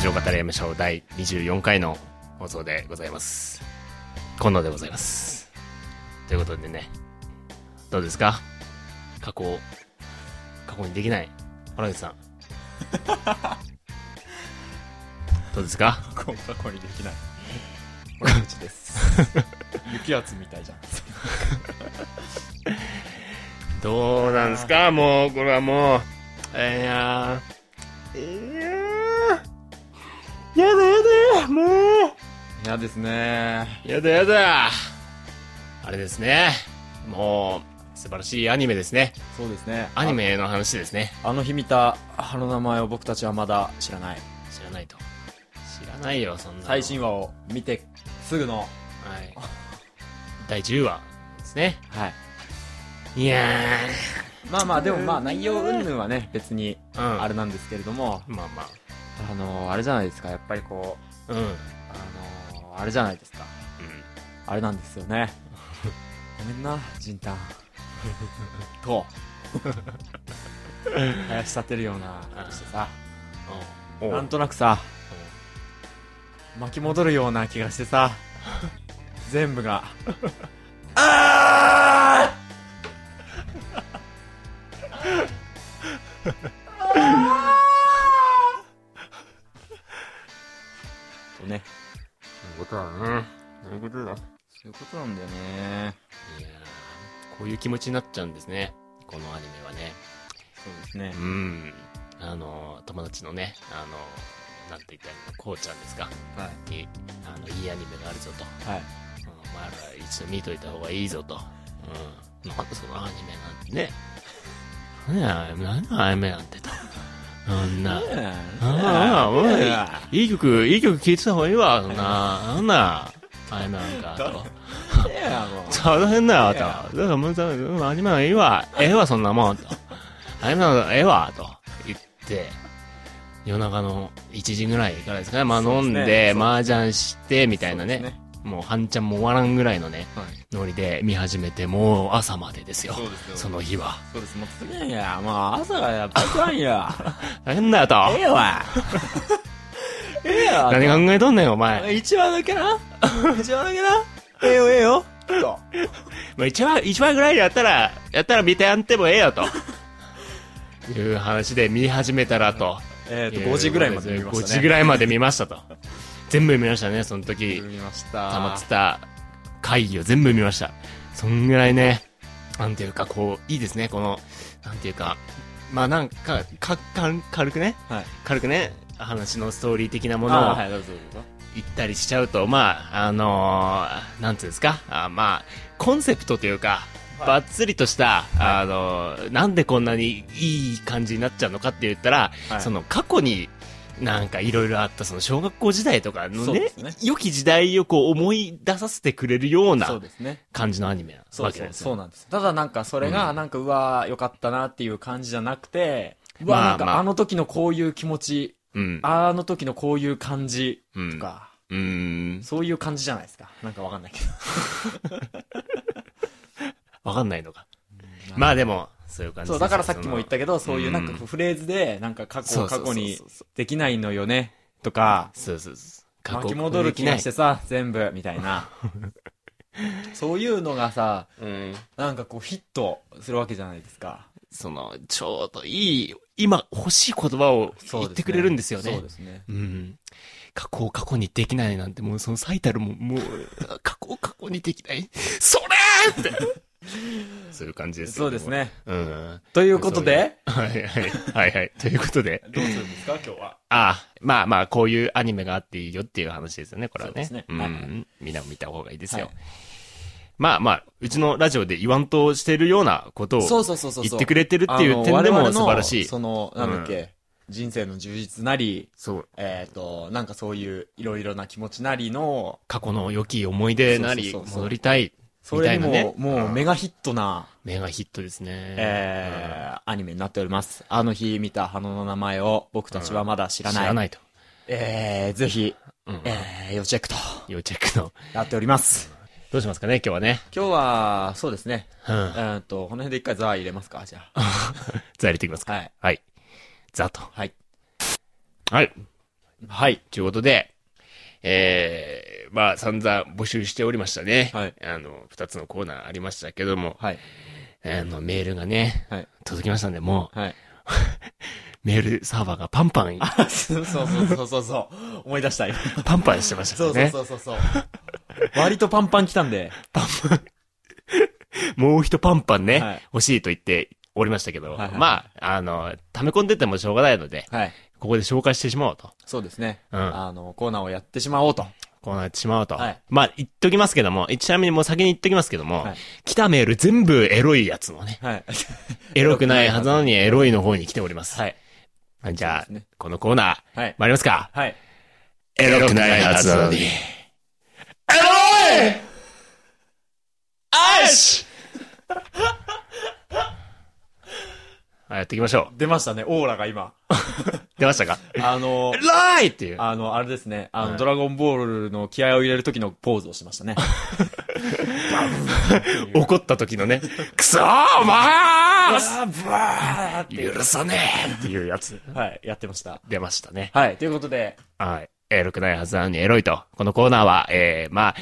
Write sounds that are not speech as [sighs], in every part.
城語りやめしょう第24回の放送でございます今野でございますということでねどうですか過去過去にできない原口さ [laughs] んどうですか過去過去にできない俺たちです雪圧みたいじゃん [laughs] どうなんですかもうこれはもういやーいやーやだやだもう嫌ですねやだやだあれですねもう素晴らしいアニメですねそうですねアニメの話ですねああの日見たあの名前を僕たちはまだ知らない知らないと知らないよそんなの最新話を見てすぐのはい第10話ですねはいいやまあまあでもまあ内容云々はね別にーうんあれなんですけれども、まあまあのあれじゃないですかやっぱりこうあうんうんあのあれじゃないですかあれなんですよ [laughs] ねごめんなじんたん [laughs] と [laughs] 林立てるようなことしてさおうなんとなくさ巻き戻るような気がして [laughs] さ全部があーとねそういうことだなそういうことだいそういうことなんだよねやーこういう気持ちになっちゃうんですねこのアニメはねそうですねうんあの友達のねあのなんて言ったらいいのこうちゃんですかはいにあのいいアニメがあるぞとはいうんお前ら一度見といた方がいいぞと。うん。なんだそのアニメなんてね。何や、何のアニメなんてと。あんな。ああ、おい、いい曲、いい曲聴いてた方がいいわ、そんな。あんな、アニメなんかと。そうだへんだよ、と。だからもう、うんアニメはいいわ。ええわ、そんなもん、と。アニメなんかええわ、と言って、夜中の1時ぐらいからですかね。まあ飲んそうでで、すね麻雀して、みたいなね。ねもう半ちゃんも終わらんぐらいのね、はいノリで見始めて、もう朝までですよ。そうですよその日は。そうですもう次の日はもう朝がやっぱり暗い [laughs] よ大変だよと。ええわ [laughs] ええよ何考えとんねん、お前。一話だ [laughs] けな一話だけなええよええよとまあ、一話、一話ぐらいやったら、やったら見てやんてもええよと。 [laughs] いう話で見始めたらと。えーと5時ぐらいまで見ましたね5時ぐらいまで見ましたと。全部見ましたね、その時。見ました溜まってた会議を全部見ました。そんぐらいね、なんていうか、こう、いいですね、この、なんていうか、まあなんか、か、かん軽くね、はい軽くね、話のストーリー的なものあをーはいどうぞどうぞ言ったりしちゃうと、まあ、あのーなんていうんですか、あーまあ、コンセプトというか、ばっつりとした、あのーなんでこんなにいい感じになっちゃうのかって言ったら、はいその過去に、なんかいろいろあったその小学校時代とかのそうでねすね良き時代をこう思い出させてくれるようそうなですね感じのアニメなそうわそけうなんですそよ。うなんですただなんかそれがなんか、うわーよかったなっていう感じじゃなくてうわまあなんまあかあの時のこういう気持ちうん。あの時のこういう感じうんとか、うん。そういう感じじゃないですかなんかわかんないけどわかんないのか。まあでも、そういう感じそうだからさっきも言ったけどそういうなんかうんフレーズでなんか過そ去うそう過そうそ去うにできないのよねとかそうそうそう。巻き戻る気がしてさ全部みたいな [laughs] そういうのがさうん。なんかこうヒットするわけじゃないですかその、ちょうどいい、今欲しい言葉をそう言っですねてくれるんですよね。そうですねうん。過去を過去にできないなんて、もうその最たるも、もう、過去を過去にできない。それーって。そういう感じですそうです。ねうん。ということでそういう、はいはい、はいはい。ということで、どうするんですか今日はああ、まあまあ、こういうアニメがあっていいよっていう話ですよね、これはね。そうですねん、はいはいみんなも見た方がいいですよ。はいまあまあ、うちのラジオで言わんとしてるようなことをそうそうそうそう言ってくれてるっていう点であの我々もの素晴らしい。そのなんだっけ、人生の充実なりそう。えっ、となんかそういういろいろな気持ちなりの過去の良き思い出なり、そうそうそうそう戻りたい。そみたれいになも、ね。もうメんガヒットな、メガヒットですね。えーアニメになっております。あの日見た花の名前を僕たちはまだ知うんら知ない。らないと。えー、ぜひ、うん。えー、要チェックと要チェックの。 [laughs] なっております。どうしますかね、今日はね。今日は、そうですね。うんえ。ーっと、この辺で一回ザー入れますか、じゃあ。ざ入れていきますか。はい。はい。ざっと。はい。はい。はい、ということで、えー、まあ、散々募集しておりましたね。はいあの、二つのコーナーありましたけども、はい。あの、メールがね、はい。届きましたんで、もはい。う、メールサーバーがパンパン、あ、そうそうそうそうそう。思い出した、今。パンパンしてましたか [laughs] そらうそうね。そうそうそう。割とパンパン来たんで。もう一パンパンね、はい欲しいと言っておりましたけど、はいはいはいまあ、あの、溜め込んでてもしょうがないので、はい。ここで紹介してしまおうと。そうですね。うんあの、コーナーをやってしまおうと。こうなってしまうと。はいまあ、言っときますけども、ちなみにもう先に言っときますけども、はい来たメール全部エロいやつのね、はい。エロくないはずなのにエロいの方に来ております。はい。じゃあ、そうですねこのコーナー、はい。参りますか。はい。エロくないはずなのに。エロいあ [laughs] しはい、やっていきましょ出ましたね、オーラが今。う。出ましたかあの [laughs] エ、ロいっていう。あの、あれですね。あはいの、ドラゴンボールの気合を入れる時のポーズをしましたね。怒った時 [laughs] のね、くそーお前ーあブワーって。許さねえっていうやつ。はい、やってました。出ましたね。はい、ということで、はい。エロくないはずなのにエロいと。このコーナーは、えー、まあ、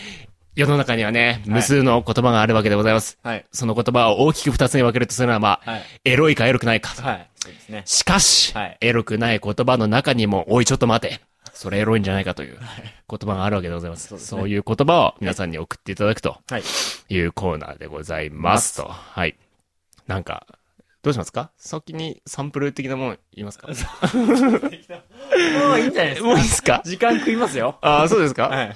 世の中にはね、無数の言葉があるわけでございます。はい。その言葉を大きく二つに分けるとするならば、はいエロいかエロくないか。はい、そうですね。しかし、はいエロくない言葉の中にも、おいちょっと待て。それエロいんじゃないかという言葉があるわけでございます。そうですそねういう言葉を皆さんに送っていただくとはい。いうコーナーでございますと。はい。なんか、どうしますか先にサンプル的なもの言いますかもういいんじゃないですもういいですか時間食いますよ。 [laughs] ああ、そうですか、はいあ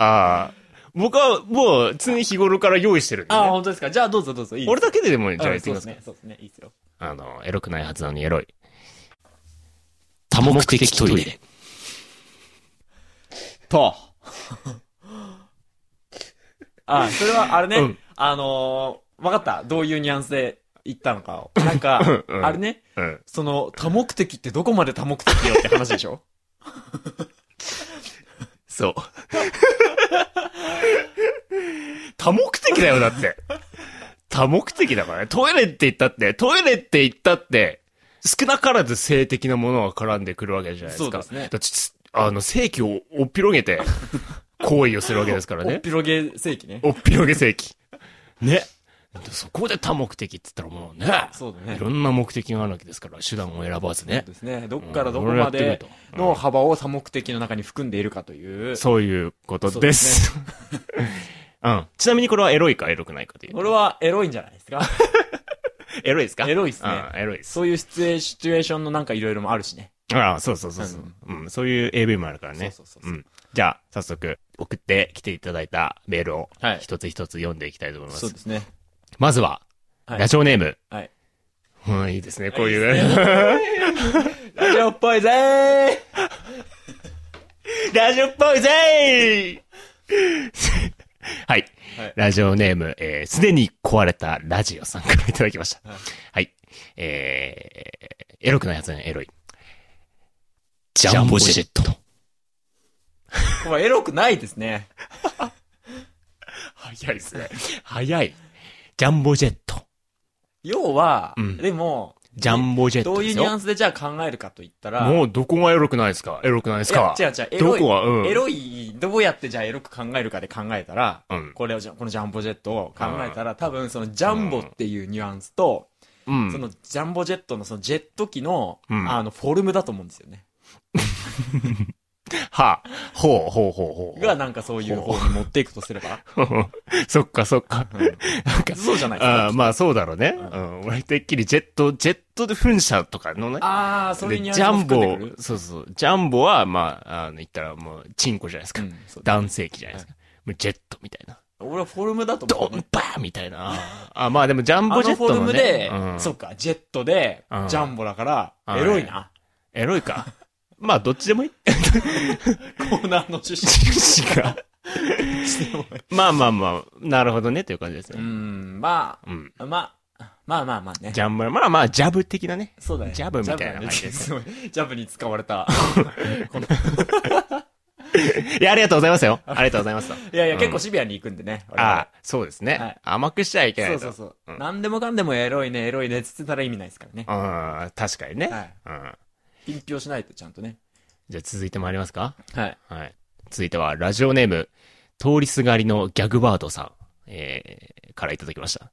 あ。僕はもう常日頃から用意してるんで、あ、ね。本当ですか。じゃあどうぞどうぞ。いいです俺だけででもいいんじゃあうやんってそうみでますすか。ね。そうですね。いいですよ。あの、エロくないはずなのにエロい。多目的トイレ。と。あ、それはあれね、うんあのー、わかった。どういうニュアンスで言ったのか [laughs] を。なんか、うんあれね、うん。その、多目的ってどこまで多目的よって話でしょそう。多目的だよ、だって。多目的だからね。トイレって言ったって、トイレって言ったって、少なからず性的なものが絡んでくるわけじゃないですか。そうですねだってつあの、性器をおっぴろげて、行為をするわけですからおっね。ぴろげ世紀ね。おっぴろげ正規。ね。そこで多目的って言ったらもうね。そうだねいろんな目的があるわけですから、手段を選ばずそうね。ですね。どこからどこうんま俺やっでてみるとうんの幅を多目的の中に含んでいるかという。そういうことそうでですす。 [laughs] うん。ちなみにこれはエロいかエロくないかという。俺はエロいんじゃな [laughs] いですか。エロいですかエロいっすねうんエロいです。そういうシチュエシチュエーションのなんかいろいろもあるしね。ああ、そうそうそうそう。うん。そういう AV もあるからね。。そうそうそうそうんじゃあ、早速、送ってきていただいたメールをはい、一つ一つ読んでいきたいと思いまそうすで。すね。まずは、はいラジオネーム。はい。うん、いいですね、こういう。ラジオっぽいぜーラジオっぽいぜーはい。はいラジオネーム、えーすでに壊れたラジオさんからいただきました。はい。えー、エロくないやつね、エロい。ジャンボジェット。これエロくないですね。早いですね。早い。ジャンボジェット。要は、うんでも、ジャンボジェッどトうでいうすニュアよ。ンスでじゃあ考えるかと言ったら、もうどこがエロくないですかエロくないですいかや違う違う、エロどい、こがうん。エロい、どうやってじゃあエロく考えるかで考えたら、うんこれをじゃ、このジャンボジェットを考えたら、多分そのジャンボっていうニュアンスと、うんそのジャンボジェットのそのジェット機の、うんあの、フォルムだと思うんですよね。はあ、ほうほうほうほう。が、なんかそういう方に持っていくとすれば、 [laughs] そっかそっか。なんか、そうじゃないですあかあ、。まあそうだろうね。うん。俺てっきりジェット、ジェットで噴射とかのね。ああ、そういでうジニュアャンンスも含んでくボる、そうそう。ジャンボは、まあ、あの、言ったらもう、チンコじゃないですか。うんそう男性器じゃないですか。もうジェットみたいな。俺はフォルムだと思ドう、ねン。バーンみたいな。あ、まあでもジャンあボジェのッフォトルのムねで。、うんそっか、ジェットでうん、ジャンボだから、はいエロいな。エロいか。まあどっちで [laughs] もいい。コーナーの趣旨違う。してもいい。まあまあまあ、なるほどね [laughs] という感じですうね。ん、まうん。あ、まあ、まあまあまあねジ。ャンボ、まあまあ、ジャブ的なね。そうだね。ジャブみたいな感じですジャブだねすごいジャブに使わ [laughs] れた。いや、ありがとうございますよ。ありがとうござい [laughs] ますと。いやいや、結構シビアに行くんでね。我々ああ、そうですはねい。甘くしちゃいけないそと。うそうそうう。ん何でもかんでもエロいね、エロいね、つってたら意味ないですからね。うん、確かにね。はいうん。品評しないとちゃんとね。じゃあ続いて参りますかはい。はい。続いては、ラジオネーム、通りすがりのギャグバードさん、えー、からいただきました。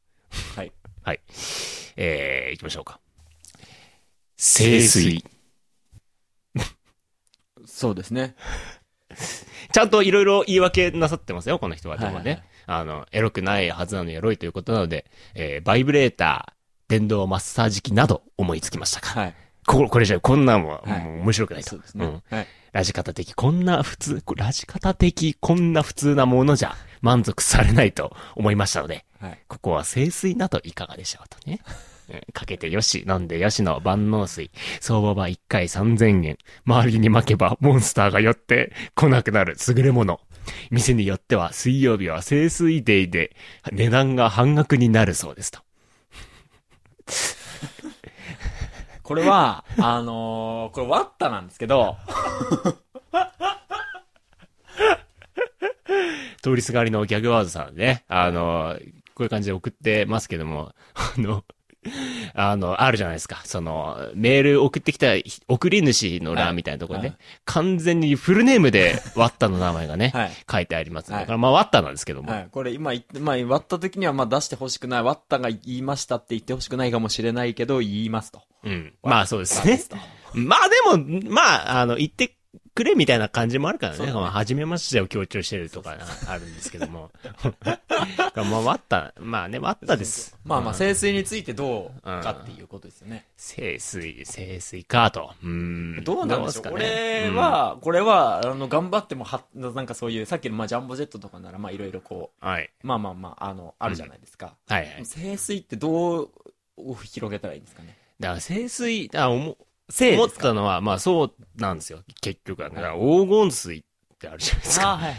はい。はい。えー、行きましょうか。清水。そうですね。ちゃんといろいろ言い訳なさってますよ、この人は。でもはいはいはね。あの、エロくないはずなのにエロいということなので、えー、バイブレーター、電動マッサージ機など思いつきましたか。はい。ここれじゃ、こんなんは、はいもう面白くないと。そうですね。うんはい。ラジカタ的こんな普通、こラジカタ的こんな普通なものじゃ満足されないと思いましたので、はい。ここは清水などいかがでしょうとね。 [laughs] うんかけてよし、飲んでよしの万能水。相場は1回3000円。周りに負けばモンスターが寄って来なくなる優れもの。店によっては水曜日は清水デイで値段が半額になるそうですと。これは、あのーこれワッタなんですけど、通りすがりのギャグワードさんね、あの、こういう感じで送ってますけども、あの、 [laughs] あの、あるじゃないですか。その、メール送ってきたひ送り主のは欄いみたいなところね、はい完全にフルネームでワッタの名前がね、はい書いてあります。はいだからまあワッタなんですけども。はい。これ今言って、まあ、ワッタ的にはまあ出してほしくない、ワッタが言いましたって言ってほしくないかもしれないけど、言いますと。うん。まあそうですワッね。タですまあでも、まあ、あの、言ってくれみたいな感じもあるからそうね。だねまあ、初めましてを強調してるとかあるんですけど [laughs] も。まあ、ワッタ、まあね、ワッタですと。まあまあ、うん清水についてどうかっていうことですよね。清水、清水かと。うーん。どうなんでしどすょうこかねれ、は、これは、あの、頑張ってもは、なんかそういう、さっきのまあジャンボジェットとかなら、まあいろいろこうんはい。う、まあまあまあ、あの、あるじゃないですか。はいはい。清水ってどう広げたらいいんですかね。だから清水、あ、おも清思でっすかたのは、まあそうなんですよ。結局は。だから黄金水ってあるじゃないですあか。はいはいは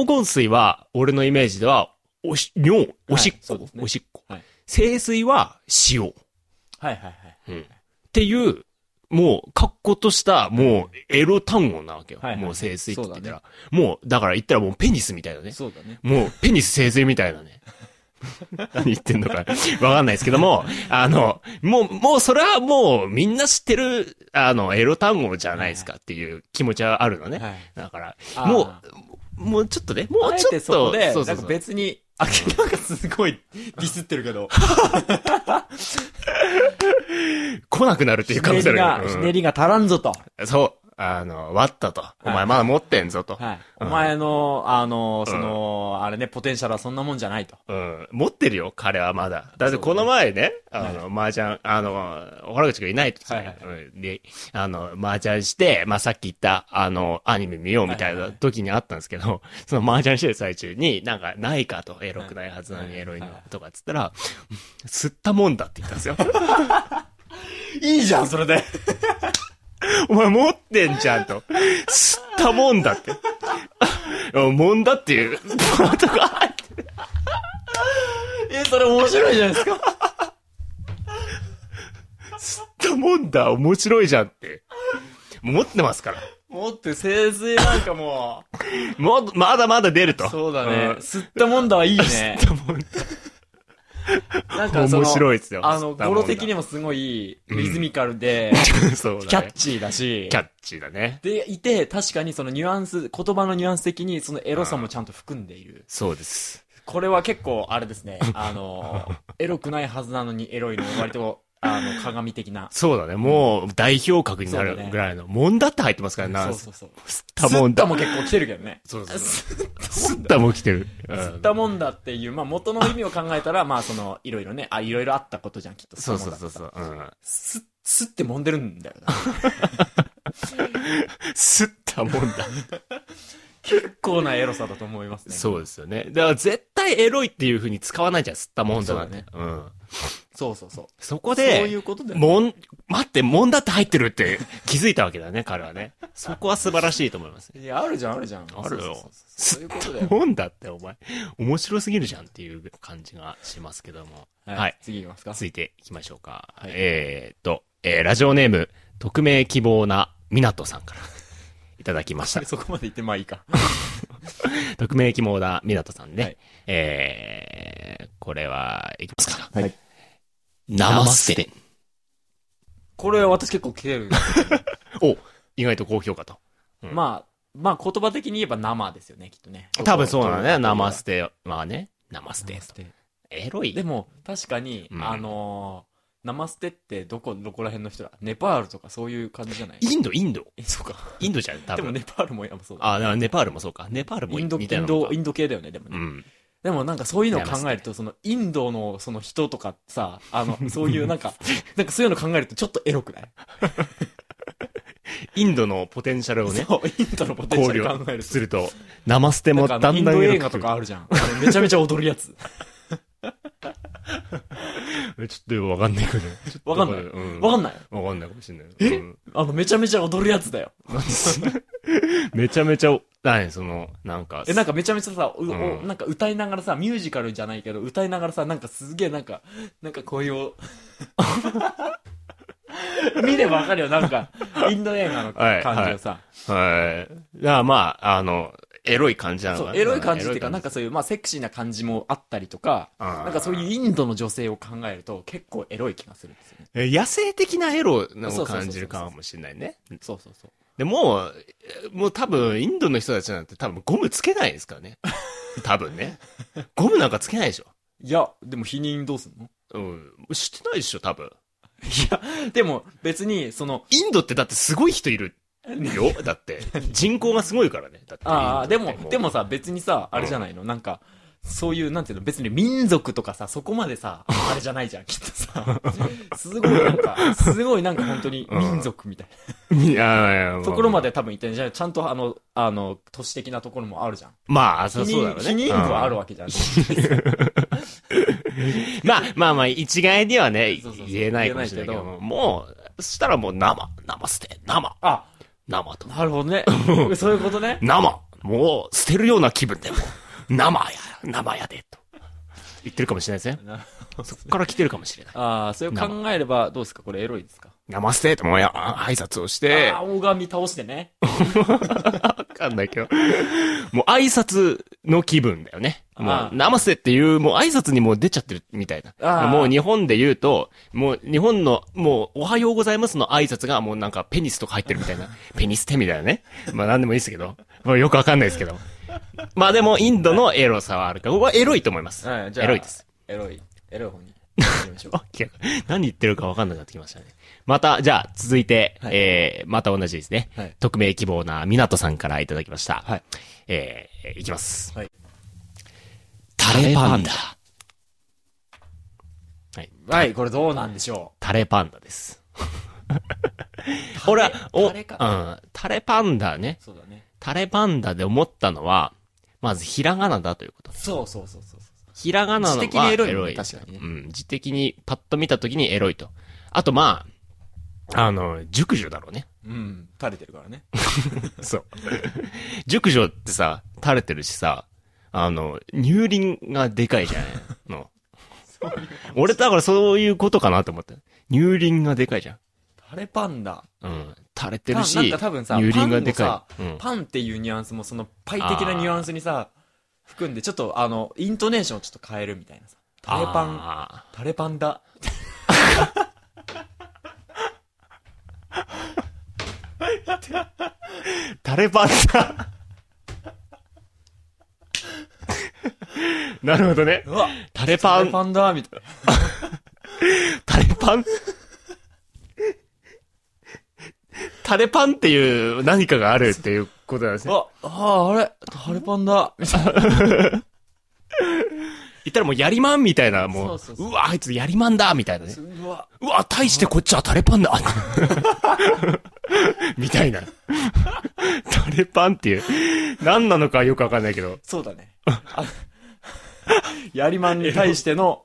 い。黄金水は、俺のイメージでは、おし、尿、おしっそうこ、ですねおしっこ。はい清水は塩。はいはいはい。うん。っていう、もう、格好とした、もう、エロ単語なわけよ。はいはいもう清水って言ったらそ。もう、だから言ったらもうペニスみたいなね。そうだね。もう、ペニス生成みたいなね。 [laughs] 何言ってんのか、わかんないですけども、あの、もう、もう、それはもう、みんな知ってる、あの、エロ単語じゃないですかっていう気持ちはあるのね。はいだから、あーもう、もうちょっとね、もあうえちょてっ、そことで、そうそなうんかそう別に、あ、なんかすごいディスってる [laughs] けど、来なくなるっていう可能性あるよひうんねりが足らんぞと。そう、あの、割ったと。お前まだ持ってんぞと。はい。うおん前の、あの、その、あれね、ポテンシャルはそんなもんじゃないと。うん、持ってるよ、彼はまだ。だってこの前ね、あの、麻雀、あの、原口くんいないと、はいはいうんで、あの、麻雀して、まあ、さっき言った、あの、アニメ見ようみたいはいはいなはい時にあったんですけど、 [laughs] その麻雀してる最中に、なんか、ないかと、エロくないはずなのにはいエロいのはいはい、とかっつったら、吸ったもんだって言ったんですよ。 [laughs] いいじゃん、それで。お前持ってんじゃんと。吸ったもんだって。あもんだって [laughs] いう、とか、 [laughs] え、それ面白いじゃないですか。吸ったもんだ、面白いじゃんって。持ってますから。もって、清水なんかももう、まだまだ出ると。う、そうだんね。。吸ったもんだはいいね。吸ったもんだなんかその、面白いですよあ吸の、ったも語んだ呂的にもすごい、リズミカルで、 [laughs] そうキだャねッ。チーだし、キャッチーだね。で、いて、確かにそのニュアンス、言葉のニュアンス的に、そのエロさもちゃんと含んでいる。そうです。これは結構、あれですね。あの、 [laughs] エロくないはずなのにエロいの、割と、あの、鏡的な。そうだね。もう、代表格になるそうだねぐらいの。もんだって入ってますからね。なそんうせそうそう。吸ったも吸んっだた。も結構来てるけどね。そうそうそ吸う吸ったもん来てる。うんったもんだっていう、まあ元の意味を考えたら、まあその、いろいろね、あ、いろいろあったことじゃん、きっと。そうそうそうう。そう。うん吸吸って揉んでるんだよ [laughs] な。吸ったもんだ。結構なエロさだと思いますね。そうですよね。だから絶対エロいっていう風に使わないじゃん。吸ったもんだなんて。うん。そうそうそう。そこそういで、うことで。もん、待って、もんだって入ってるって気づいたわけだね、彼はね。そこは素晴らしいと思います。いや、あるじゃん、あるじゃん。あるよそうそうそうそういうことだよ。もんだってお前、面白すぎるじゃんっていう感じがしますけども。はい。次いきますか。続いていきましょうか。はいえーっと、えーラジオネーム、匿名希望な港さんからいただきました。 [laughs] そこまで言ってまあいいか。匿名希望な港さんね。はいえー、これは、いきますか。はい。ナマステ。これ私結構来てる。お、意外と高評価と。うんまあ、まあ言葉的に言えば生ですよね、きっとね。多分そうだ言葉ね。といえばナマステはね。ナマステナマ。ステエロい。でも、確かに、うんあのー、ナマステってどこ、どこら辺の人だネパールとかそういう感じじゃないインド、インド。え、そうか。インドじゃん、多でも分。ネパールもやっぱそうだ。あ、だからネパールもそうか。ネパールもインド、イみたいなンのド、かイ。ンド系だよね、でもね。うん。でもなんかそういうのを考えると、そのインドのその人とかさ、[laughs] あの、そういうなんか、なんかそういうの考えるとちょっとエロくないインドのポテンシャルをね、そう、インドのポテン考シャル考え慮るすと。ると、ナマステなもんかだあんのだんインドエ映ロ画くとかあるじゃん。めちゃめちゃ踊るやつ。えちょっとよくわかんないけど。ちょっとわかんないうんわかんないわかんないかもしれない。うん [laughs] あの、めちゃめちゃ踊るやつだよ。めちゃめちゃ、何その、なんか、え、なんかめちゃめちゃさ、ううんおなんか歌いながらさ、ミュージカルじゃないけど、歌いながらさ、なんかすげえなんか、なんかこういう、 [laughs] 見ればわかるよ、なんか、インド映画の感じをさ。はい。だからまあ、あの、エロい感じなのそかう、なエロい感じっていうか、エなんロかそういう、まあ、セクシーな感じもあったりとか、あーなんかそういうインドの女性を考えると、結構エロい気がするんですよね。え野生的なエロそうをそうそうそう感じるかもしれないね。そうそうそう。でもう、えもう多分、インドの人たちなんて多分ゴムつけないですからね。多分ね。ゴムなんかつけないでしょ。いや、でも否認どうすんのうん。知ってないでしょ、多分。いや、でも別に、その、インドってだってすごい人いる [laughs] よ。だって。人口がすごいからね。だってああ、イでンドっもて、でもさ、別にさ、あれじゃないの、なんか、そういう、なんていうの、別に民族とかさ、そこまでさ、あれじゃないじゃん、きっとさ。すごいなんか、すごいなんか本当に民族みたい [laughs] いやいやいやなところまで。で多分いってんじゃん。ちゃんとあの、あの、都市的なところもあるじゃん。まあ、否そうそうだ認、ろう否ね。認部はあるわ。わけじゃん。まあまあまあ、一概にはねそうそう、そう言えないかもしれないけど言えも、なもう、そしたらもう生、生捨て、生、あ、生と。なるほ [laughs] どね。そういうことね。生もう、捨てるような気分でもう、 [laughs] 生や、生やで、と。言ってるかもしれないです [laughs] ね。そっから来てるかもしれない。ああ、それを考えれば、どうですかこれエロいですか生捨てって、もうや、挨拶をしあて、あー、大神倒してね。わかんないけど。もう挨拶の気分だよね。もあう、ー生瀬っていう、もう挨拶にもう出ちゃってるみたいあな。ーもう日本で言うと、もう日本の、もうおはようございますの挨拶がもうなんかペニスとか入ってるみた [laughs] いな。ペニステみたいなね。まあなんでもいいですけど。まあよくわかんないですけど。まあでもインドのエロさはあるから、僕はエロいと思います。はい、じゃあ。エロいです。。エロい。エロい方に。行きま [laughs] しょうあいや何言ってるか分かんなくなってきましたね。また、じゃあ、続いて、はいえー、また同じですね。はい匿名希望な港さんからいただきました。はいえー、いきます。はいタレパンダ。はい。はい、これどうなんでしょタレパンダです。俺は、お、うタレかん、タレパンダねう。。そうだね。タレパンダで思ったのは、まずひらがなだということ。そうそうそうそう。ひらがなのは字的にエロいもエんねロい。確かにねうん。字的にパッと見たときにエロいと。あと、まあ、あの、熟女だろうね。うん、垂れてるからね。 [laughs] そう。熟女ってさ、垂れてるしさ、あの、乳輪がでかいじゃないの。俺、だからそういうことかなと思って。乳輪がでかいじゃん。タレパンダ。うん。垂れてパるンなんし、か多分さ、乳パ輪ンがのでさかい。うん、パンっていうニュアンスもそのパイ的なニュアンスにさ、含んで、ちょっとあの、イントネーションをちょっと変えるみたいなさ。タレパン、あタレパンダ。ー。垂れパン [laughs] ダ。なるほどねう。わタレパタレン、パンダみたいな。タレパンタレパンっていう何かがあるっていうことなんですね。あ、あー、あれ、タレパンダ。みたいな。言ったらもうやりまんみたいな、もう、そうそううそうわ、あいつやりまんだみたいなね。うわ、うわ、対してこっちはタレパンだ [laughs] みたいな。タレパンっていう、何なのかよくわかんないけど。そうだね。あ [laughs] やりまんに対しての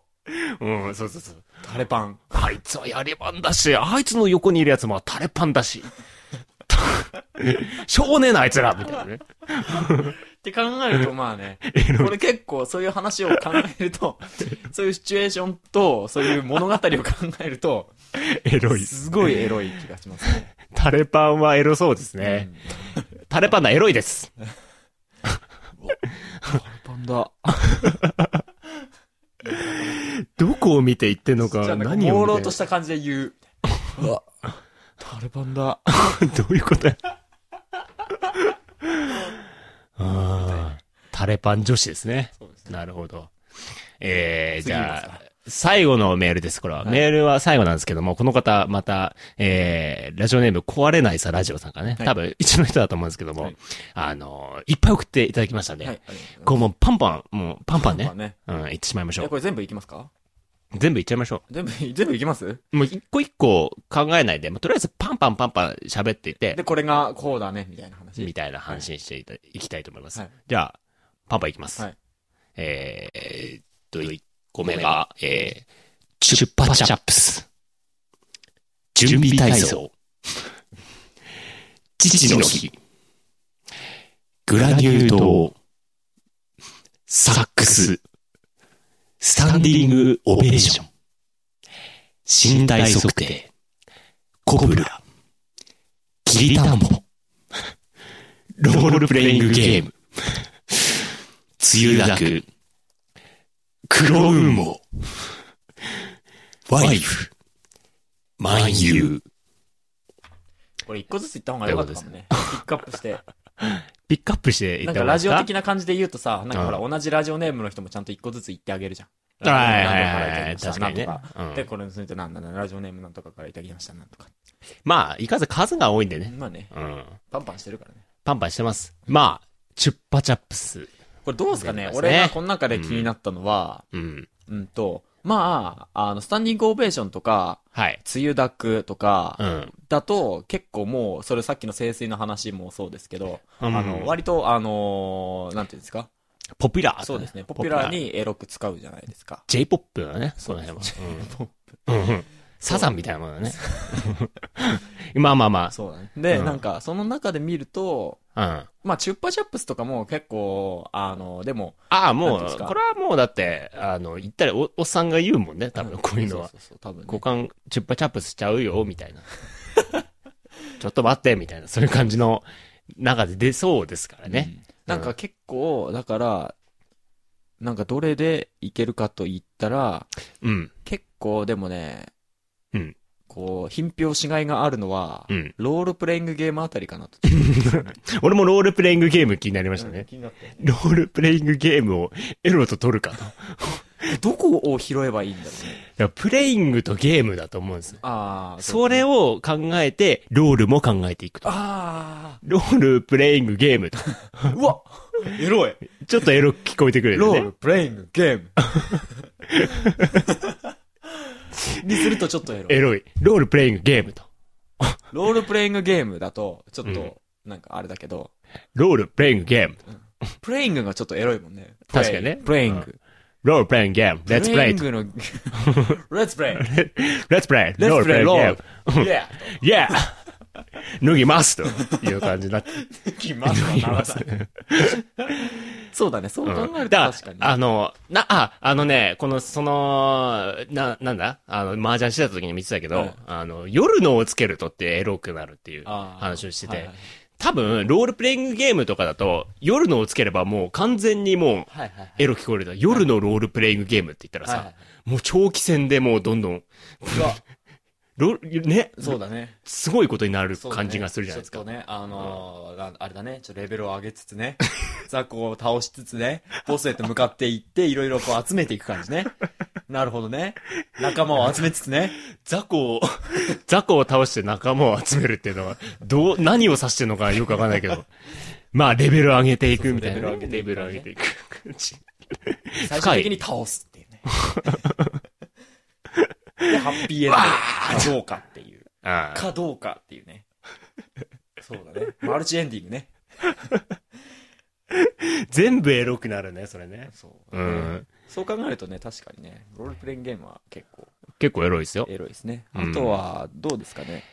うん、そうそうそう。タレパン。あいつはやりまんだし、あいつの横にいるやつもタレパンだし。 [laughs] しょうがねえな、あいつらみたいなね。って考えるとま [laughs] あね、これ結構そういう話を考えると、そういうシチュエーションと、そういう物語を考えると、エロい。すごいエロい気がしますね。タレパンはエロそうですね。タレパンダエロいです。パンダ。どこを見て言ってんのじゃか、あなんか何を朦見て朧とした感じで言う。うわ、タルバンだ。 [laughs] どういうこと [laughs] や。あータレパン女子ですね。そうですね。なるほど。えー、じ次行ゃきまあ、最後のメールです、これは。はいメールは最後なんですけども、この方、また、えー、ラジオネーム壊れないさラジオさんからね、はい多分一応の人だと思うんですけども、はいあのー、いっぱい送っていただきましたね。はい。こうもうパンパン、もうパンパンね、まあね。うん、いってしまいましょえ、う。これ全部いきますか全部いっちゃいましょ全部、 [laughs] 全部いきますう。もう一個一個考えないで、まあ、とりあえずパンパンパンパン喋っていってで、、これがこうだね、みたいな話。みたいな話にしていたいきたいと思います。はいじゃあ、パンパンいきます。はいえーえーっと、1個目が、えー、チュッパチャップス。準備体操。父の日。グラニュー糖。サックス。スタンディングオベーション。身体測定。コブラ。キリタンボ。ロールプレイングゲ [laughs] ーム。梅雨だく。黒雲母。ワイフ。万有。これ一個ずついった方が良かったかもね。ピックアップして。ピックアップ [laughs] していっなんたか方がいラいでジすオか的な感じで言うとさ、なんかほうら、同じラジオネームの人もちゃんと一個ずつ言ってあげるじゃん。はいはいはいラジオネームなんとからいただきま確かにねうんしたなんとかで、これについてなんだなんだラジオネームなんとかからいただきました、なんとか。まあ、いかず数が多いんでね。まあね、うん。パンパンしてるからね。パンパンしてます。まあ、チュッパチャップス。これどうですかね全部ですね俺がこの中で気になったのは、うん。うんと、まあ、あの、スタンディングオベーションとか、はい。梅雨ダックとかう、ん。だと、結構もう、それさっきの清水の話もそうですけど、ああの、、割と、あのーなんていうんですかポピュラー。そうですね、ポピュラー。にエロく使うじゃないですか。 J-POP だね、その辺は。うんうん。サザンみたいなものだね。 [laughs] まあまあまそうだね。で、うんなんか、その中で見ると、あ。うん。まあ、チュッパチャップスとかも結構、あの、でも、ああ、なもんていうんですう、かこれはもうだって、あの、言ったらお、おっさんが言うもんね、多分、こういうのはそ。そうそう、多分ね、股間、チュッパチャップスしちゃうよ、みたいな。 [laughs] ちょっと待って、みたいな、そういう感じの中で出そうですからね。なんか結構、だから、なんかどれでいけるかと言ったら、うん。結構でもね、うんこう、品評しがいがあるのは、うん。ロールプレイングゲームあたりかなと。俺もロールプレイングゲーム気になりましたうんね。気になってロールプレイングゲームをエロと取るか [laughs] と。いどこを拾えばいいんだろうね。やプレイングとゲームだと思うんですよ。ああ、それを考えて、ロールも考えていくと。あロールプレイングゲームと。あ、うわエロいちょっとエロく聞こえてくるよロねー。ル、プレイング、ゲー [laughs] ム。にするとちょっとエロい。エロい。ロールプレイングゲームと。ロールプレイングゲームだと、ちょっうんと、なんかあれだけど、ロールプレイングゲーム。プレイングがちょっとエロいもんね。確かにねプレインうグ。ロールプレイングゲーム。レッツプレイプレイ [laughs] ングの、レッツプレイ。レッツプレイ。レッローツルププレレイイ、ングロゲーールム。。イエイエー [laughs] 脱ぎますという感じになってーきます [laughs] わならないそうだね、そう考えるとだ確かからに、。あの、な、あ、あのね、この、その、な、なんだあの、麻雀してた時に見てたけど、はいあの、夜のをつけるとってエロくなるっていうあー話をしてて、はいはい多分、ロールプレイングゲームとかだと、夜のをつければもう完全にもはいはいはう、エロ聞こえるだ夜のロールプレイングゲームって言ったらさ、はいはもう長期戦でもうどんどん、い。うわロね、そうだね。すごいことになるそうだね感じがするじゃないですちかょっ。とね、あのーなあれだね、ちょっとレベルを上げつつね、 [laughs] 雑魚を倒しつつね、ボスへと向かっていって、いろいろこう集めていく感じね。なるほどね。仲間を集めつつね。雑魚を、 [laughs] 雑魚を倒して仲間を集めるっていうのは、どう、何を指してるのかよくわかんないけど。まあ、レベル上げていくみたいなね、そうそうレベレルベル上上げてげいてく感じ。最終的に倒すっていうね。で、ハッピーエンド。どうかっていう。ああかどうかっていうね。そうだね。マルチエンディングね。全部エロくなるね、それね。そう。うん。そう考えるとね、確かにね、ロールプレイングゲームは結構結構エロいですよ。エロいですね。うんあとは、どうですかね。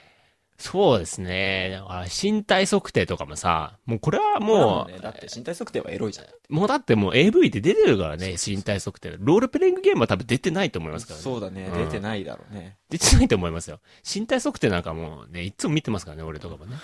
そうですね。だから、身体測定とかもさ、もうこれはももう、う、ね、だって身体測定はエロいじゃん。もうだってもう AV で出てるからね、身体測定。ロールプレイングゲームは多分出てないと思いますからね。そうだね、うん出てないだろうね。出てないと思いますよ。身体測定なんかもうね、いつも見てますからね、俺とかも [laughs] ね。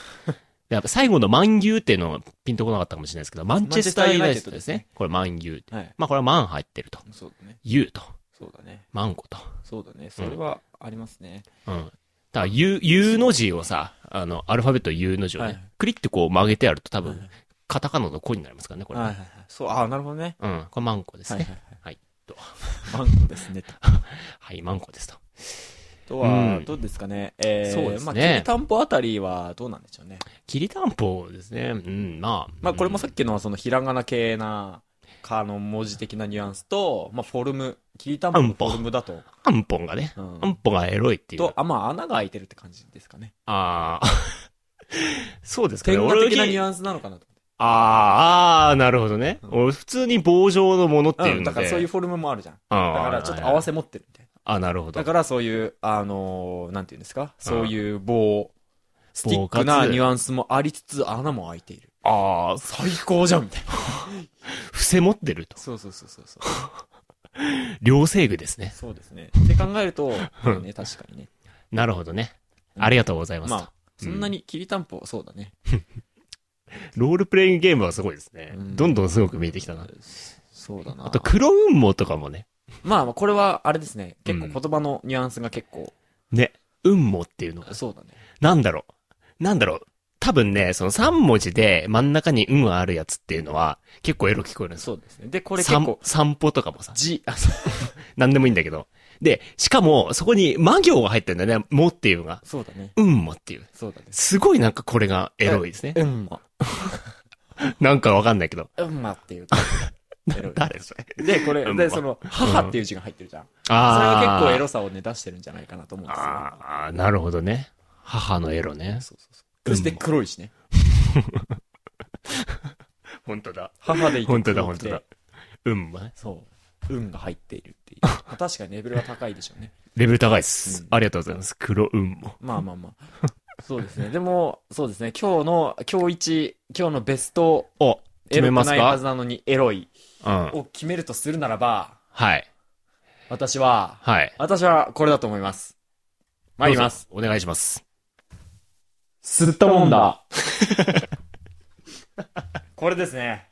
やっぱ最後の満牛っていうのはピンとこなかったかもしれないですけど、マンチェスターユナイテッドですね。これ満牛って。はい。まあこれは満入ってると。そうだね。牛と。そうだね。マンコと。そうだね。それはありますね。うん。だから U、U の字をさ、あの、アルファベット U の字をね、はいはいクリってこう曲げてやると多はいは分、カタカナのコになりますからね、これ。はいはいはい。そう、ああ、なるほどね。うん、これマンコですはいね。ははいい、はい。はいと [laughs] マンコですね。とマンコですと。あとはう、んどうですかね。えー、そうですねまあ、きりたんぽあたりはどうなんでしょうね。きりたんぽですね。うん、まあ。まあ、これもさうっきのそのひらがな系な、かの文字的なニュアンスと、まあ、フォルム、きりたんぽのフォルムだと。ん、あんぽんがね、うあんん。ぽんがエロいっていう。と、あ、まあ、穴が開いてるって感じですかね。ああ。 [laughs] そうですかね。天下的な俺ニュアンスなのかなと。あーあー、なるほどね。うん俺普通に棒状のものっていうのうで。ん、だからそういうフォルムもあるじゃん。だあーからちょっと合わせ持ってるみたいな。あ、なるほど。だからそういう、あのーなんていうんですか、そういう棒、スティック棒なかつニュアンスもありつつ、穴も開いている。ああ、最高じゃんみたいな。伏せ持ってると。そうそうそうそうそう。両制具ですね。そうですね。って考え [laughs] ると、ね、確かにね。なるほどね。うん [laughs] ありがとうございますと。まあ、そんなにきりたんぽ、そうだね。ロールプレイングゲームはすごいですね。うんどんどんすごく見えてきたな。そうだな。あと、黒雲母とかもね。まあ、これは、あれですね。う結ん構言葉のニュアンスが結構、ね。雲母っていうのが。そうだね。なんだろう。なんだろう。多分ね、その3文字で真ん中に運があるやつっていうのは結構エロ聞こえるんですよ。そうですね。で、これ結構、散歩とかもさ。じ、 [laughs] あ、そうなんでもいいんだけど。で、しかも、そこに魔行が入ってるんだよね。もっていうのが。そうだね。うんもっていう。そうだね。すごいなんかこれがエロいですね。うんま。なんかわかんないけど。うんまっていう。エロ [laughs] い誰それで、これ、うんで、まその、母っていう字が入ってるじゃん。それがあ結構エロ。ロさをね、出してるんじゃないかなと思うんですよ。ああ、なるほどね。母のエロね。そうそうそう。そして黒いしね。本当だ。母でいて黒本くて当だ、本当だ。。うんまね。そう。運が入っているっていう。 [laughs] まあ確かにレベルは高いでしょうね。レベル高いっす。うんありがとうございます。黒うんも。まあまあ [laughs] まあ。そうですね。でも、そうですね。今日の、今日一、今日のベスト、お、エ決めロまくすないはずかなのにエロいうん。を決めるとするならば、はい。私は、はい。私はこれだと思います。参ります。どうぞ。お願いします。すったもんだ。 [laughs] これですね。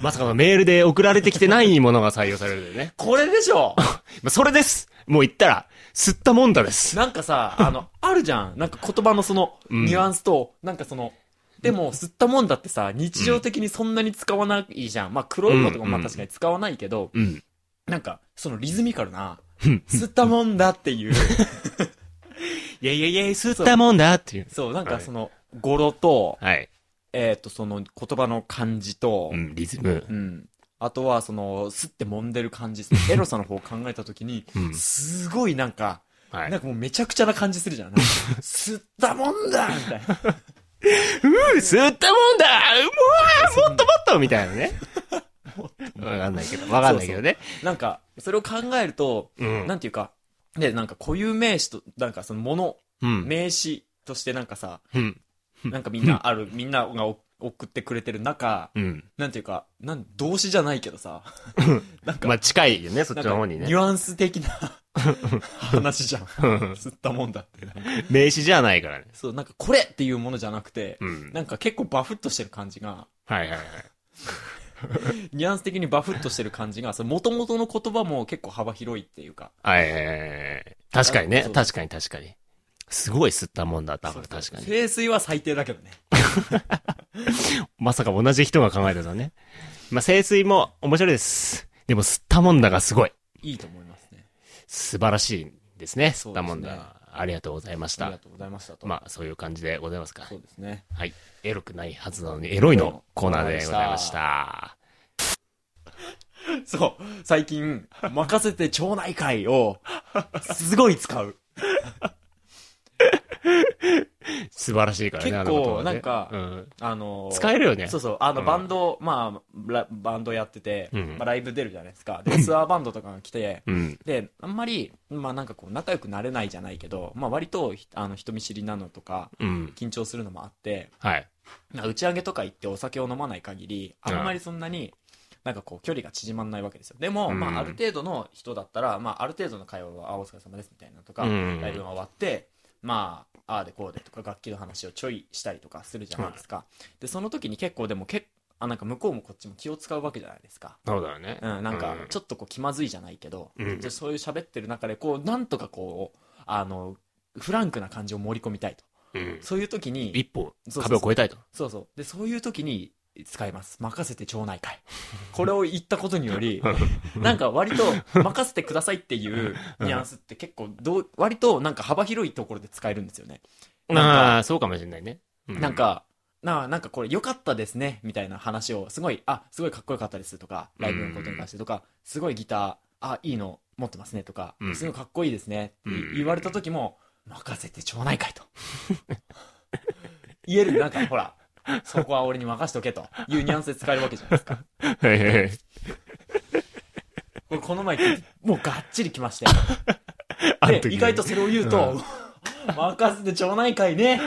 まさかのメールで送られてきてないものが採用されるんだよね。これでしょまあそれですもう言ったら、吸ったもんだです。なんかさ、あの、あるじゃん。なんか言葉のその、うんニュアンスと、なんかその、でも、吸ったもんだってさ、日常的にそんなに使わないじゃん。まあ、黒いのとかもうんまうんあ確かに使わないけど、うん。なんか、そのリズミカルな、うん吸ったもんだっていう、 [laughs] いやいやいや、吸ったもんだっていう。そう、なんはかいその、語呂と、はい。えっと、その言葉の感じとう、ん、リズム。うん。あとは、その、吸って揉んでる感じ、[laughs] そのエロさの方を考えたときにう、んすごいなんか、はなんい。かもうめちゃくちゃな感じするじゃん。なんか吸ったもんだみたいな。吸ったもんだうわもっともっとみたいな [laughs] ね。わかんないけど、わかんないけどね。なんか、それを考えると、うんなんていうか、で、なんか固有名詞と、なんかそのもの、うん。名詞としてなんかさ、うん。なんかみんなある、みんながお送ってくれてる中、うん。なんていうか、なん、動詞じゃないけどさ、なんか、まあ、近いよね、そっなんちのか方ニにね。ュアンス的 [laughs] な話じゃん。吸ったもんだって。名詞じゃないからね。そう、なんかこれっていうものじゃなくてう、ん。なんか結構バフッとしてる感じが、はいはいはい。ニュアンス的にバフッとしてる感じが、その元々の言葉も結構幅広いっていうか、はいはいはいはい。確かにねそう。確かに確かに。すごい吸ったもんだった。確かに。清水は最低だけどね。まさか同じ人が考えたのね。まあ、清水も面白いです。でも、吸ったもんだがすごい。いいと思いますね。素晴らしいですね。吸そうっですねたもんだ。ありがとうございましありがた。とうございましたと。まあ、そういう感じでございますか。そうですね。はい。エロくないはずなのに、エロいのコーナーでございました。 [laughs] そう。最近、任せて町内会を、すごい使う。素晴らしいからね、あ結構の言葉ねなんかうんあのー使えるよねそうそう。あの、うんバンド、まあラ、バンドやってて、うんまあ、ライブ出るじゃないですか。で、ツアーバンドとかが来て、うん。で、あんまり、まあなんかこう、仲良くなれないじゃないけど、まあ割と、ひあの、人見知りなのとか、うん。緊張するのもあって、はい。なんか打ち上げとか行ってお酒を飲まない限り、あんまりそんなに、なんかこう距離が縮まんないわけですよ。でも、うんまあある程度の人だったら、まあある程度の会話は、あ、お疲れ様ですみたいなとか、うんライブが終わって、まあ、ああでこうでとか楽器の話をちょいしたりとかするじゃないですか。で、その時に結構でも結あ、なんか向こうもこっちも気を使うわけじゃないですか。そうだよね。うん、なんかう、ちょっとこう気まずいじゃないけど、うんでそういう喋ってる中で、こう、なんとかこう、あの、フランクな感じを盛り込みたいと。うん。そういう時に、一歩、そうそうそう壁を越えたいと。そうそう。で、そういう時に使います。任せて町内会。 [laughs] これを言ったことにより、なんか割と任せてくださいっていうニュアンスって結構どう、割となんか幅広いところで使えるんですよね。なんかああ、そうかもしれないね。うなん、か、なあなんかこれ良かったですね、みたいな話を、すごい、あ、すごいかっこよかったですとか、ライブのことに関してとか、すごいギター、あ、いいの持ってますねとかう、んすごいかっこいいですねってうん言われた時も、任せて町内会と。 [laughs] 言える、なんかほら、そこは俺に任しとけというニュアンスで使えるわけじゃないですか。はいはいはいこれこの前聞いて、もうがっちりきまして。あの時で、ね意外とそれを言うと、任せて町内会 [laughs] ね。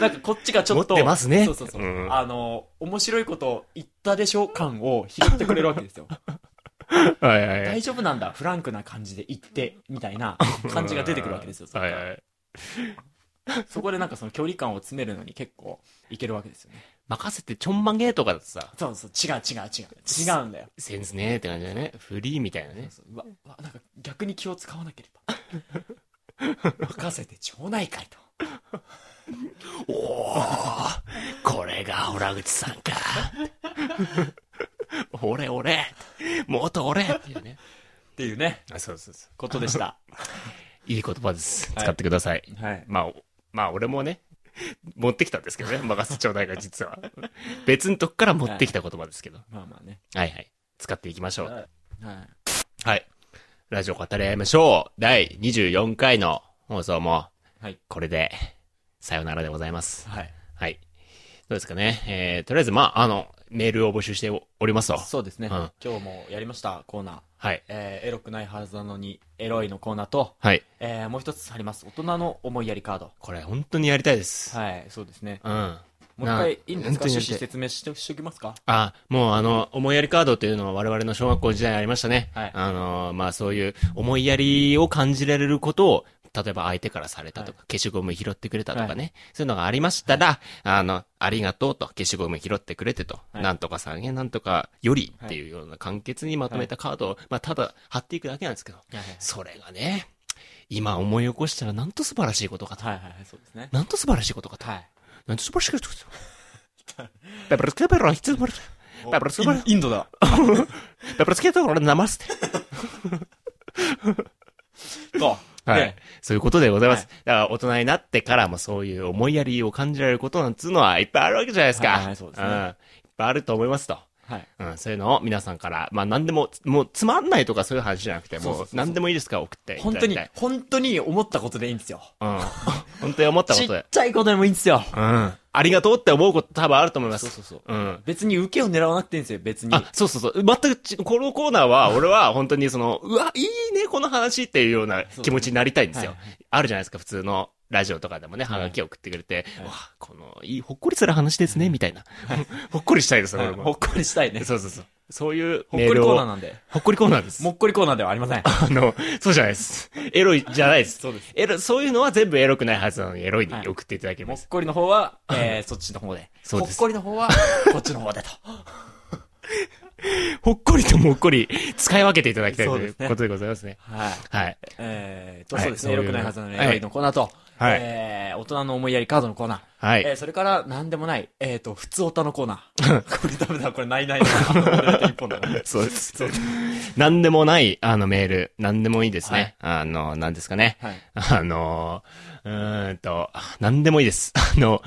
なんかこっちがちょっと、持ってますねそうそうそう。うんあの、面白いこと言ったでしょ感を拾ってくれるわけ [laughs] ですよ。はいはいはい大丈夫なんだ、フランクな感じで言って、みたいな感じが出てくるわけですよ。そこはかいらはい。そこでなんかその距離感を詰めるのに結構いけるわけですよね。任せてちょんまげとかだとさ、そうそう、違う違う違う。違うんだよ。センスねーって感じだね。フリーみたいなね。そううわうわなんか逆に気を使わなければ任せて町内会とおーこれが洞口さんか。俺俺元俺っていうね。っていうねあそうそうそう。ことでした [laughs] いい言葉です。はい使ってください。はいまあ、おまあ俺もね、持ってきたんですけどね。任せちょうだいが実は。別のとこから持ってきた言葉ですけど。まあまあねはいはい。使っていきましょう。はいはい。ラジオ語り合いましょう。第24回の放送も、はいこれで、さよならでございます。はいはい。どうですかね。えー、とりあえず、まあ、あの、メールを募集しておりますと。そうですね、うん今日もやりましたコーナーはい。えーエロくないはずなのにエロいのコーナーと、はい。えーもう一つあります大人の思いやりカードこれ、本当にやりたいです。はいそうですねうん。もう一な回いいんです本か当に趣やりたい旨説明してしておきますかあ、もうあの、思いやりカードっていうのは我々の小学校時代にありましたね。はいあの、まあそういう思いやりを感じられることを、例えば相手からされたとか、消しゴム拾ってくれたとかね、そういうのがありましたら、あの、ありがとうと、消しゴム拾ってくれてと、はいなんとかさんへなんとかよりっていうような簡潔にまとめたカードを、まあただ貼っていくだけなんですけど、はいそれがね、今思い起こしたらなんと素晴らしいことかと。はいはいはいそうですねなんと素晴らしいことかと。はいなんと素晴らしいことかと。 [laughs] ペプロスケペロ、必要もらペプロスケペロ。インインドだペプロスケペロ、ナマステ。とはい、ねそういうことでございます。はだから大人になってからもそういう思いやりを感じられることなんつうのはいっぱいあるわけじゃないですか。はいはいそうですねん。いっぱいあると思いますと。はいうん、そういうのを皆さんから、まあ何でも、もうつまんないとかそういう話じゃなくて、そうそうもそううそう何でもいいですから送っていた本だ当きにたい。本当に思ったことでいいんですようん。本当に思ったこちとっで。ちゃいことでもいいんですよ。うん。ありがとうって思うこと多分あると思います。そうそうそう。うん。別に受けを狙わなくていいんですよ、別に。あ、そうそうそう。全くち、このコーナーは、俺は本当にその、うわ、いいね、この話っていうような気持ちになりたいんですよ。はいあるじゃないですか、普通のラジオとかでもね、ははいがきを送ってくれて、はいわあこの、いい、ほっこりする話ですね、みたいな。 [laughs] ほっこりしたいです、は俺いも。ほっこりしたいね。そうそうそう。そういうほっメーこりルコーをナー。なんで。ほっこりコーナーです。もっこりコーナーではありません。あの、そうじゃないです。エロいじゃないです。 [laughs] そうです。エロ、そういうのは全部エロくないはずなのに、エロいに送っていただけ [laughs] もまっす。こりの方は、えー、そっちの方で。そうですほっこりの方 [laughs] は、こっちの方でと。ほっこりともっこり、使い分けていただきたいそうとでいすうねことでございますね。はい。はい。えーと、はいそうですね。そういう良くないはずなのに、エロいのコーナーと、はいえー、大人の思いやりカードのコーナー。はい。えー、それから、なんでもない、えーと、普通オタのコーナー。 [laughs] これダメだ、これないないない。一本だ。 [laughs] そうです。何でもない、あの、メール。何でもいいですね。あの、何ですかね。はいあの、うーんと、何でもいいです。 [laughs] あの、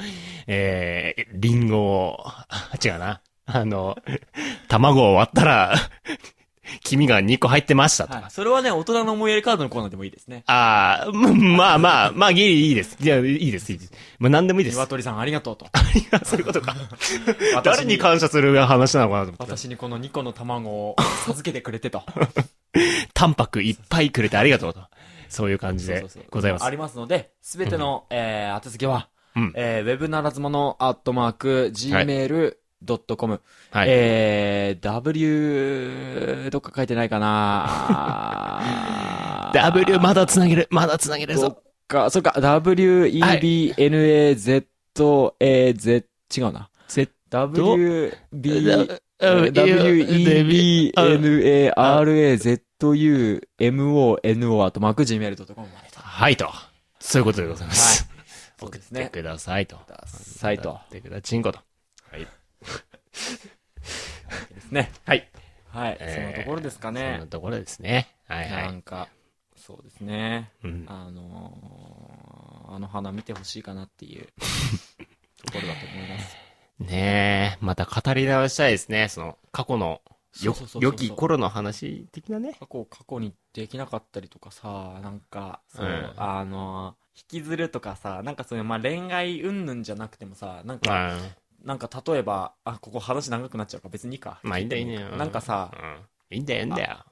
えー、リンゴを、あ違うな。あの、卵を割ったら、黄身が2個入ってましたとか。はい。それはね、大人の思いやりカードのコーナーでもいいですね。ああ、うんまあまあ、まあ、ギリいいです。いや、いいです、いいです。まあ、何でもいいです。鶏さんありがとう [laughs] と。 [laughs] そういうことか。私誰に感謝する話なのかなと思って。私にこの2個の卵を授けてくれてと。タンパクいっぱいくれてありがとうと。そういう感じでございますあ。りますので、すべての、えー、宛先は、うんえー、ウェブならずもの、アットマーク、gmail.com、はい。えー、w、どっか書いてないかな [laughs] W まだ繋げる、まだ繋げれるどぞっ。か、そっか、webnazaz、えー、Z、違うな。 Z wb、 W E B N w-e-b-n-a-r-a-z という MONO あとマク Gmail.com までと。はいと。そういうことでございます。そう送ですっねて。くださいと。サイト送ってくだちんこと。はい。ですね。はい。はい。そえーのところですかそんねな。ところですね。はいは。ないんか、そうですね。うん。あのー、あの花見てほしいかなっていう [laughs] ところだと思います。ねえ、また語り直したいですね。その、過去の、よそうそうそうそう良き頃の話的なね。過去、過去にできなかったりとかさ、なんか、そう、うんあのー、引きずるとかさ、なんかそういう、まあ、恋愛云々じゃなくてもさ、なんか、まあ、なんか例えば、あ、ここ話長くなっちゃうから別にいいか。まあいいんだよいいんだよなんかさ、うん。いいんだよ、いいんだよ。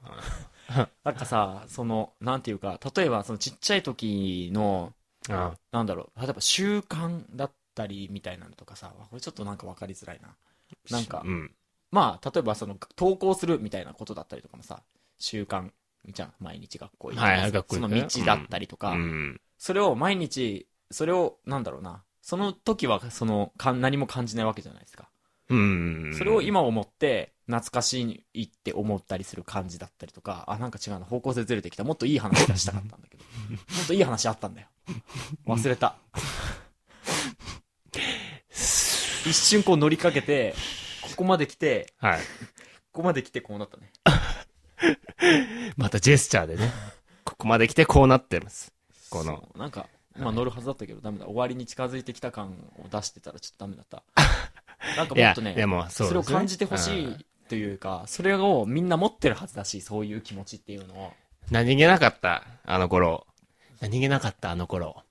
なんかさ、その、なんていうか、例えばそのちっちゃい時の、うん。うんなんだろう、例えば習慣だったりみたいなのとかさ、わこれちょっとなんかわかりづらいな。なんかうん。まあ、例えばその、投稿するみたいなことだったりとかもさ、習慣じゃん、毎日学校行ってはいはい学校そ行くのね道だったりとか、うん。それを毎日、それを、なんだろうな、その時はそのか何も感じないわけじゃないですか。うん。それを今思って、懐かしいって思ったりする感じだったりとか、あ、なんか違うな、方向性ずれてきた、もっといい話がしたかったん [laughs] だけど、もっといい話あったんだよ。忘れた。一瞬こう乗りかけて、ここまで来て、はい。ここまで来てこうなったね。またジェスチャー [laughs] でね。ここまで来てこうなってます。このそうなんか、まあ乗るはずだったけどダメだ。終わりに近づいてきた感を出してたらちょっとダメ [laughs] だった。なんかいもっや、とね、でもそそうですねれを感じてほしういんというか、それをみんな持ってるはずだし、そういう気持ちっていうのを。何気なかった、あの頃。何気なかった、あの頃。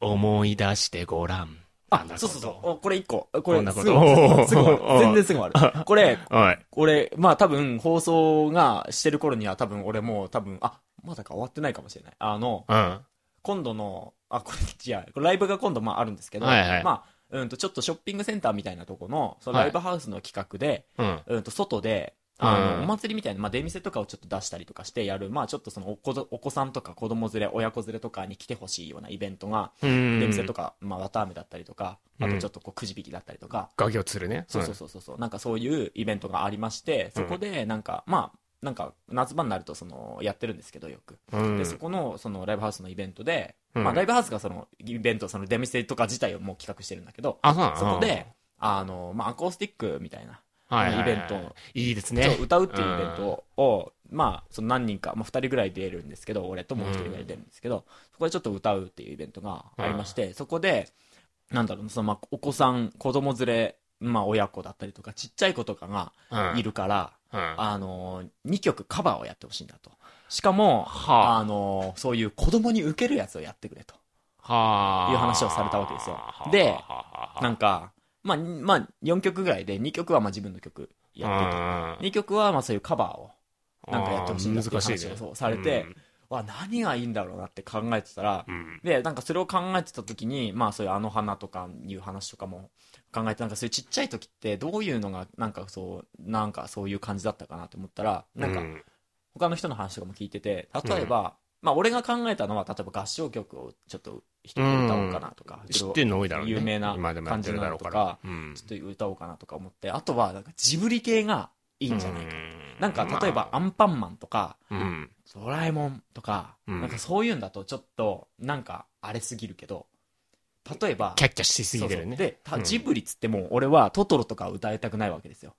思い出してごらん。あんな、ことそうそうそう。おこれ一個。これこんなすこぐと終わる、すぐ終わおーる全然すぐ終わる。これ、おい。俺、まあ多分放送がしてる頃には多分俺もう多分、あ、まだか終わってないかもしれない。あの、うん。は今度の、あ、これ、じゃあ、これライブが今度、まあ、あるんですけど、はいはいまあ、うんと、ちょっとショッピングセンターみたいなとこの、そのはいライブハウスの企画で、うん。うんと、外で、あの、うんお祭りみたいな、まあ、出店とかをちょっと出したりとかしてやる、まあ、ちょっとそのお子ど、お子さんとか子供連れ、親子連れとかに来てほしいようなイベントが、うん。出店とか、まあ、綿あめだったりとか、あうとんちょっとこう、くじ引きだったりとか、ガキを釣るね。そうそうそうそうそう、なんかそういうイベントがありまして、そこで、なんか、まあ、なんか、夏場になると、その、やってるんですけど、よく。うん。で、そこの、その、ライブハウスのイベントで、うんまあ、ライブハウスがその、イベント、その、出店とか自体をもう企画してるんだけど、あ、そうなのそこ、で、あの、まあ、アコースティックみたいな、うんはいはいはいイベントをいいですそねう。歌うっていうイベントを、まあ、その何人か、まあ、2人ぐらい出るんですけど、俺ともう1人ぐらい出るんですけど、そこでちょっと歌うっていうイベントがありまして、そこで、なんだろうな、その、まあ、お子さん、子供連れ、まあ、親子だったりとか、ちっちゃい子とかがうんい。るから、うん。あのー、2曲カバーをやってほしいんだと。しかも、はああのー、そういう子供に受けるやつをやってくれと。はあ。いう話をされたわけですよはであはあはあなんか、まあ、にまあ、4曲ぐらいで、2曲はまあ自分の曲やってやと。2曲はまあそういうカバーを、なんかやってほしいんだっていう難しい話をね。そうされて、わ、何がいいんだろうなって考えてたらう、ん。で、なんかそれを考えてた時に、まあそういうあの花とかいう話とかも考えて、なんかそういうちっちゃい時ってどういうのが、なんかそう、なんかそういう感じだったかなって思ったら、うなんか、他の人の話とかも聞いてて、例えば、まあ俺が考えたのは、例えば合唱曲をちょっと一人歌おうかなとか、知ってんの多いだろうね。有名な今でもやってるだろうか感ら。うんちょっと歌おうかなとか思って、あとはなんかジブリ系がいいんじゃないか。うなんか例えばアンパンマンとか、まあうん。ドラえもんとか、うんなんかそういうんだとちょっとなんかあれすぎるけど、例えば、キャッキャしすぎてるね。そうそうで、たうんジブリっつっても俺はトトロとかは歌いたくないわけですよ。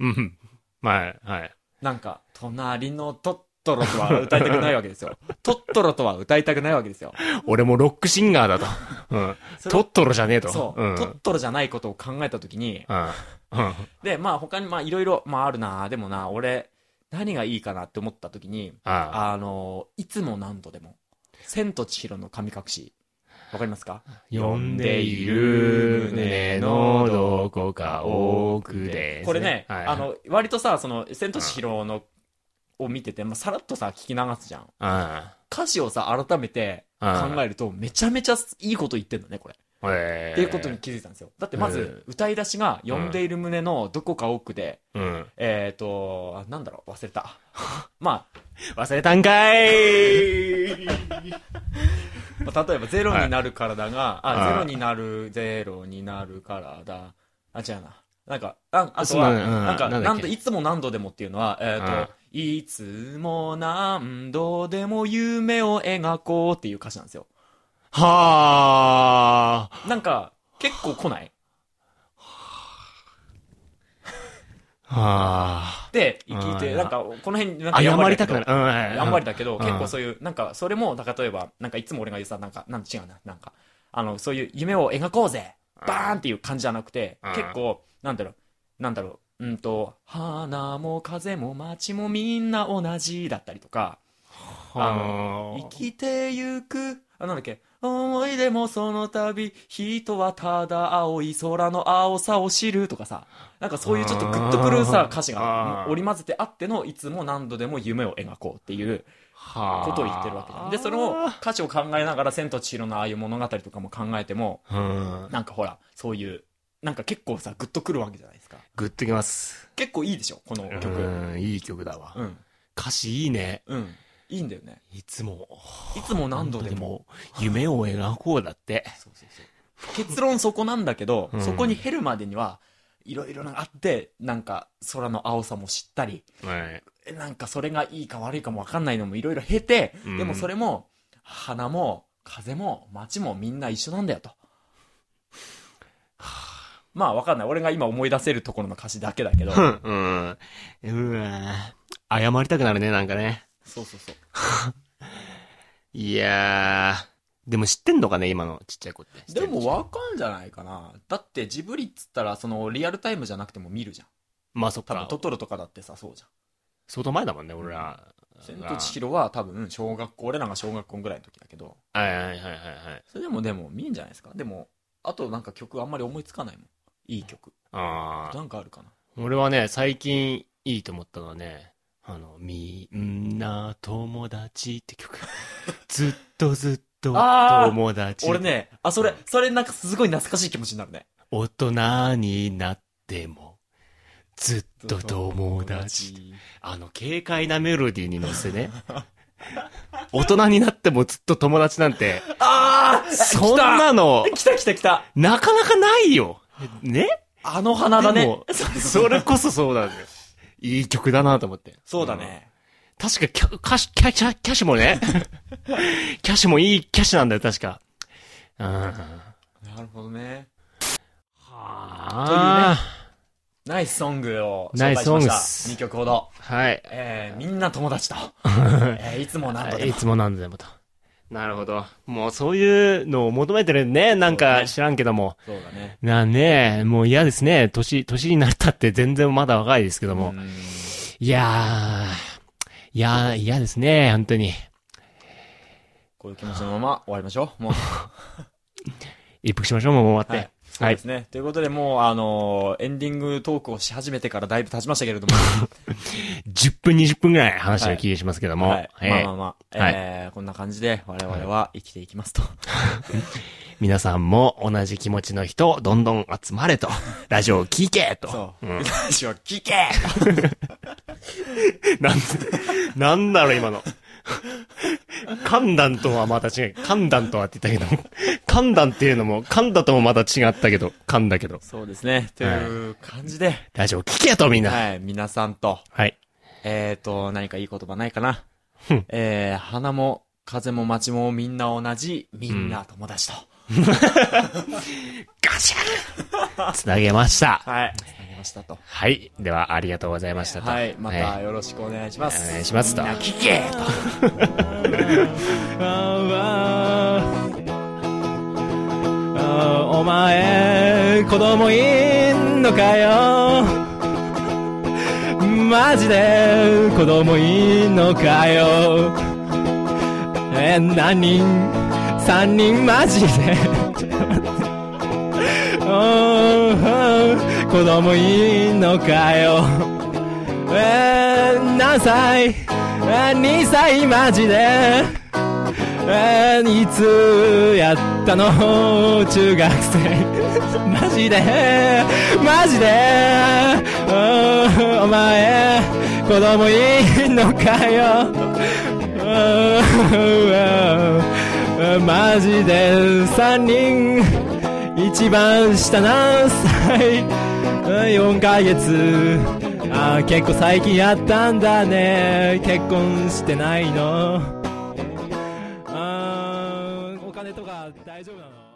うん。はい、はい。なんか、隣のトトロとは歌いたくないわ [laughs] けですよ。トトロとは歌いたくないわけですよ。俺もロックシンガーだと。うん。それトットロじゃねえと。そう、うん。トットロじゃないことを考えたときに、うん。うんで、まあ他にまあいろいろ、まああるな、でもな、俺、何がいいかなって思ったときに、ああ。あの、いつも何度でも、千と千尋の神隠し、わかりますか呼んでいる胸のどこか奥で。これね、はいあ、の、割とさ、その、千と千尋の、を見てて、まあ、さらっとさ、聞き流すじゃん。あ歌詞をさ、改めて考あえると、めちゃめちゃいいこと言ってんのね、これ。あ。ええ。っていうことに気づいたんですよ。だってまず、歌い出しが、呼んでいる胸のどこか奥で、うん。えっ、ー、と、なんだろう、忘れた。 [laughs] まあ、忘れたんかいまあ例えば、ゼロになる体が、はあ、いゼロになる、ゼロになる体。あ、違うな。なんか、ああとそうは、だねうんなんなか、んだっけなんといつも何度でもっていうのは、えっ、うんと、いつも何度でも夢を描こうっていう歌詞なんですよ。 [laughs] はあ。なんか、結構来ないはあ。で、うん聞いて、なんか、この辺、なんか謝やんばりりただくなけどる。、うんはい。やんばりだけど、ん結構そういう、なんか、それも、なんか、例えば、なんか、いつも俺が言うさ、なんか、なん違うな、なんか、あの、そういう夢を描こうぜバーンっていう感じじゃなくてうん、結構、なんだろう、なんだろう、うんと、花も風も街もみんな同じだったりとか、あの生きてゆく、あ、なんだっけ、思い出もその度、人はただ青い空の青さを知るとかさ、なんかそういうちょっとグッとくるあさー、歌詞あがー織り交ぜてあっての、いつも何度でも夢を描こうっていうことを言ってるわけじゃん。で、それを歌詞を考えながら、千と千尋のああいう物語とかも考えても、うん。なんかほら、そういう、なんか結構さ、グッとくるわけじゃないですか。グッときます。結構いいでしょ、この曲。うん。うん、いい曲だわう。ん。歌詞いいね。いいんだよね。いつも。いつも何度でも。夢を描こうだって。そうそうそう結論そこなんだけど、うんそこに減るまでにはいろいろあってなんか空の青さも知ったりはい。えなんかそれがいいか悪いかも分かんないのもいろいろ経て、うんでもそれも花も風も街もみんな一緒なんだよと。 [sighs] まあ分かんない俺が今思い出せるところの歌詞だけだけどうん。うわ謝りたくなるね、なんかね。そうそうそういやー。でも知ってんのかね、今のちっちゃい子って。でもわかんじゃないかなだってジブリっつったらそのリアルタイムじゃなくても見るじゃんまあそっ多か分。トトロとかだってさそうじゃん相当前だもんね、俺ら。千と千尋は多分小学校俺らが小学校ぐらいの時だけどはいはいはいはいはい。それでもでも見えんじゃないですかでもあとなんか曲あんまり思いつかないもんいい曲ああ。なんかあるかな俺はね、最近いいと思ったのはね、あの、みんな友達って [laughs] 曲。ずっとずっとあー友達。俺。ねあそれそれなんかすごい懐かしい気持ちになるね大人になっても、ずっと友達。あの、軽快なメロディーに乗せて [laughs] ね。大人になってもずっと友達なんて、ああそんなの、来た来た来たなかなかないよ。 [laughs] ねあの花だでねもそれこそそうなんだよ。いい曲だなと思って。そうだねうん。確かキャ、歌詞、キャ、キャ、キャシも [laughs] ね。キャシもいいキャシなんだよ、確か。うん。はなるほどねあ。ナイスソングをナ紹イ介スしソンまグっしすた2曲ほどはい。えー、みんな [laughs] 友達と、えー、いつも何度でいもつもなんでもと。なるほど。もうそういうのを求めてるね。なんか知らんけども。そうだねなあね、もう嫌ですね。年、年になったって全然まだ若いですけども。うんいやー、いやー、嫌ですね、本当に。こういう気持ちのまま終わりましょ [laughs] うもう一服しましょう、もう終わって。そうですね。ということで、もう、あのーエンディングトークをし始めてからだいぶ経ちました [laughs] けれども、 10分、20分ぐらい話を聞いしますけども。はいえーまあまあまあ、はいえーこんな感じで我々は生きていきますと。皆さんも同じ気持ちの人、どんどん集ま [laughs] れと。ラジオを聞けと。そう。 [laughs] ん私は聞けなんで、なんだろう、今の。寒暖とはまた違う。寒暖とはって言ったけど、寒暖っていうのも、寒だともまた違ったけど、寒だけど。そうですね。という感じで、ラジオ聞けと、みんな。はい、皆さんと、はい。えっ、ー、と、何かいい言葉ないかなうん。えー、花も、風も街もみんな同じ、みんな友達と。ガシャンつなげました。はい。つなげましたと。はい。では、ありがとうございましたと。はい、まねたよろしくお願いします。お願いしますとみんな聞けと。ああお前子供いんのかよマジで子供いんのかよえ何人三人マジで [laughs] おー子供いんのかよえー何歳えー二歳マジでえーいつやったの中学生マジでマジでうんお前子供いんのかようんうんマジで三人一番下何歳4ヶ月あー結構最近やったんだね結婚してないのあーお金とか大丈夫なの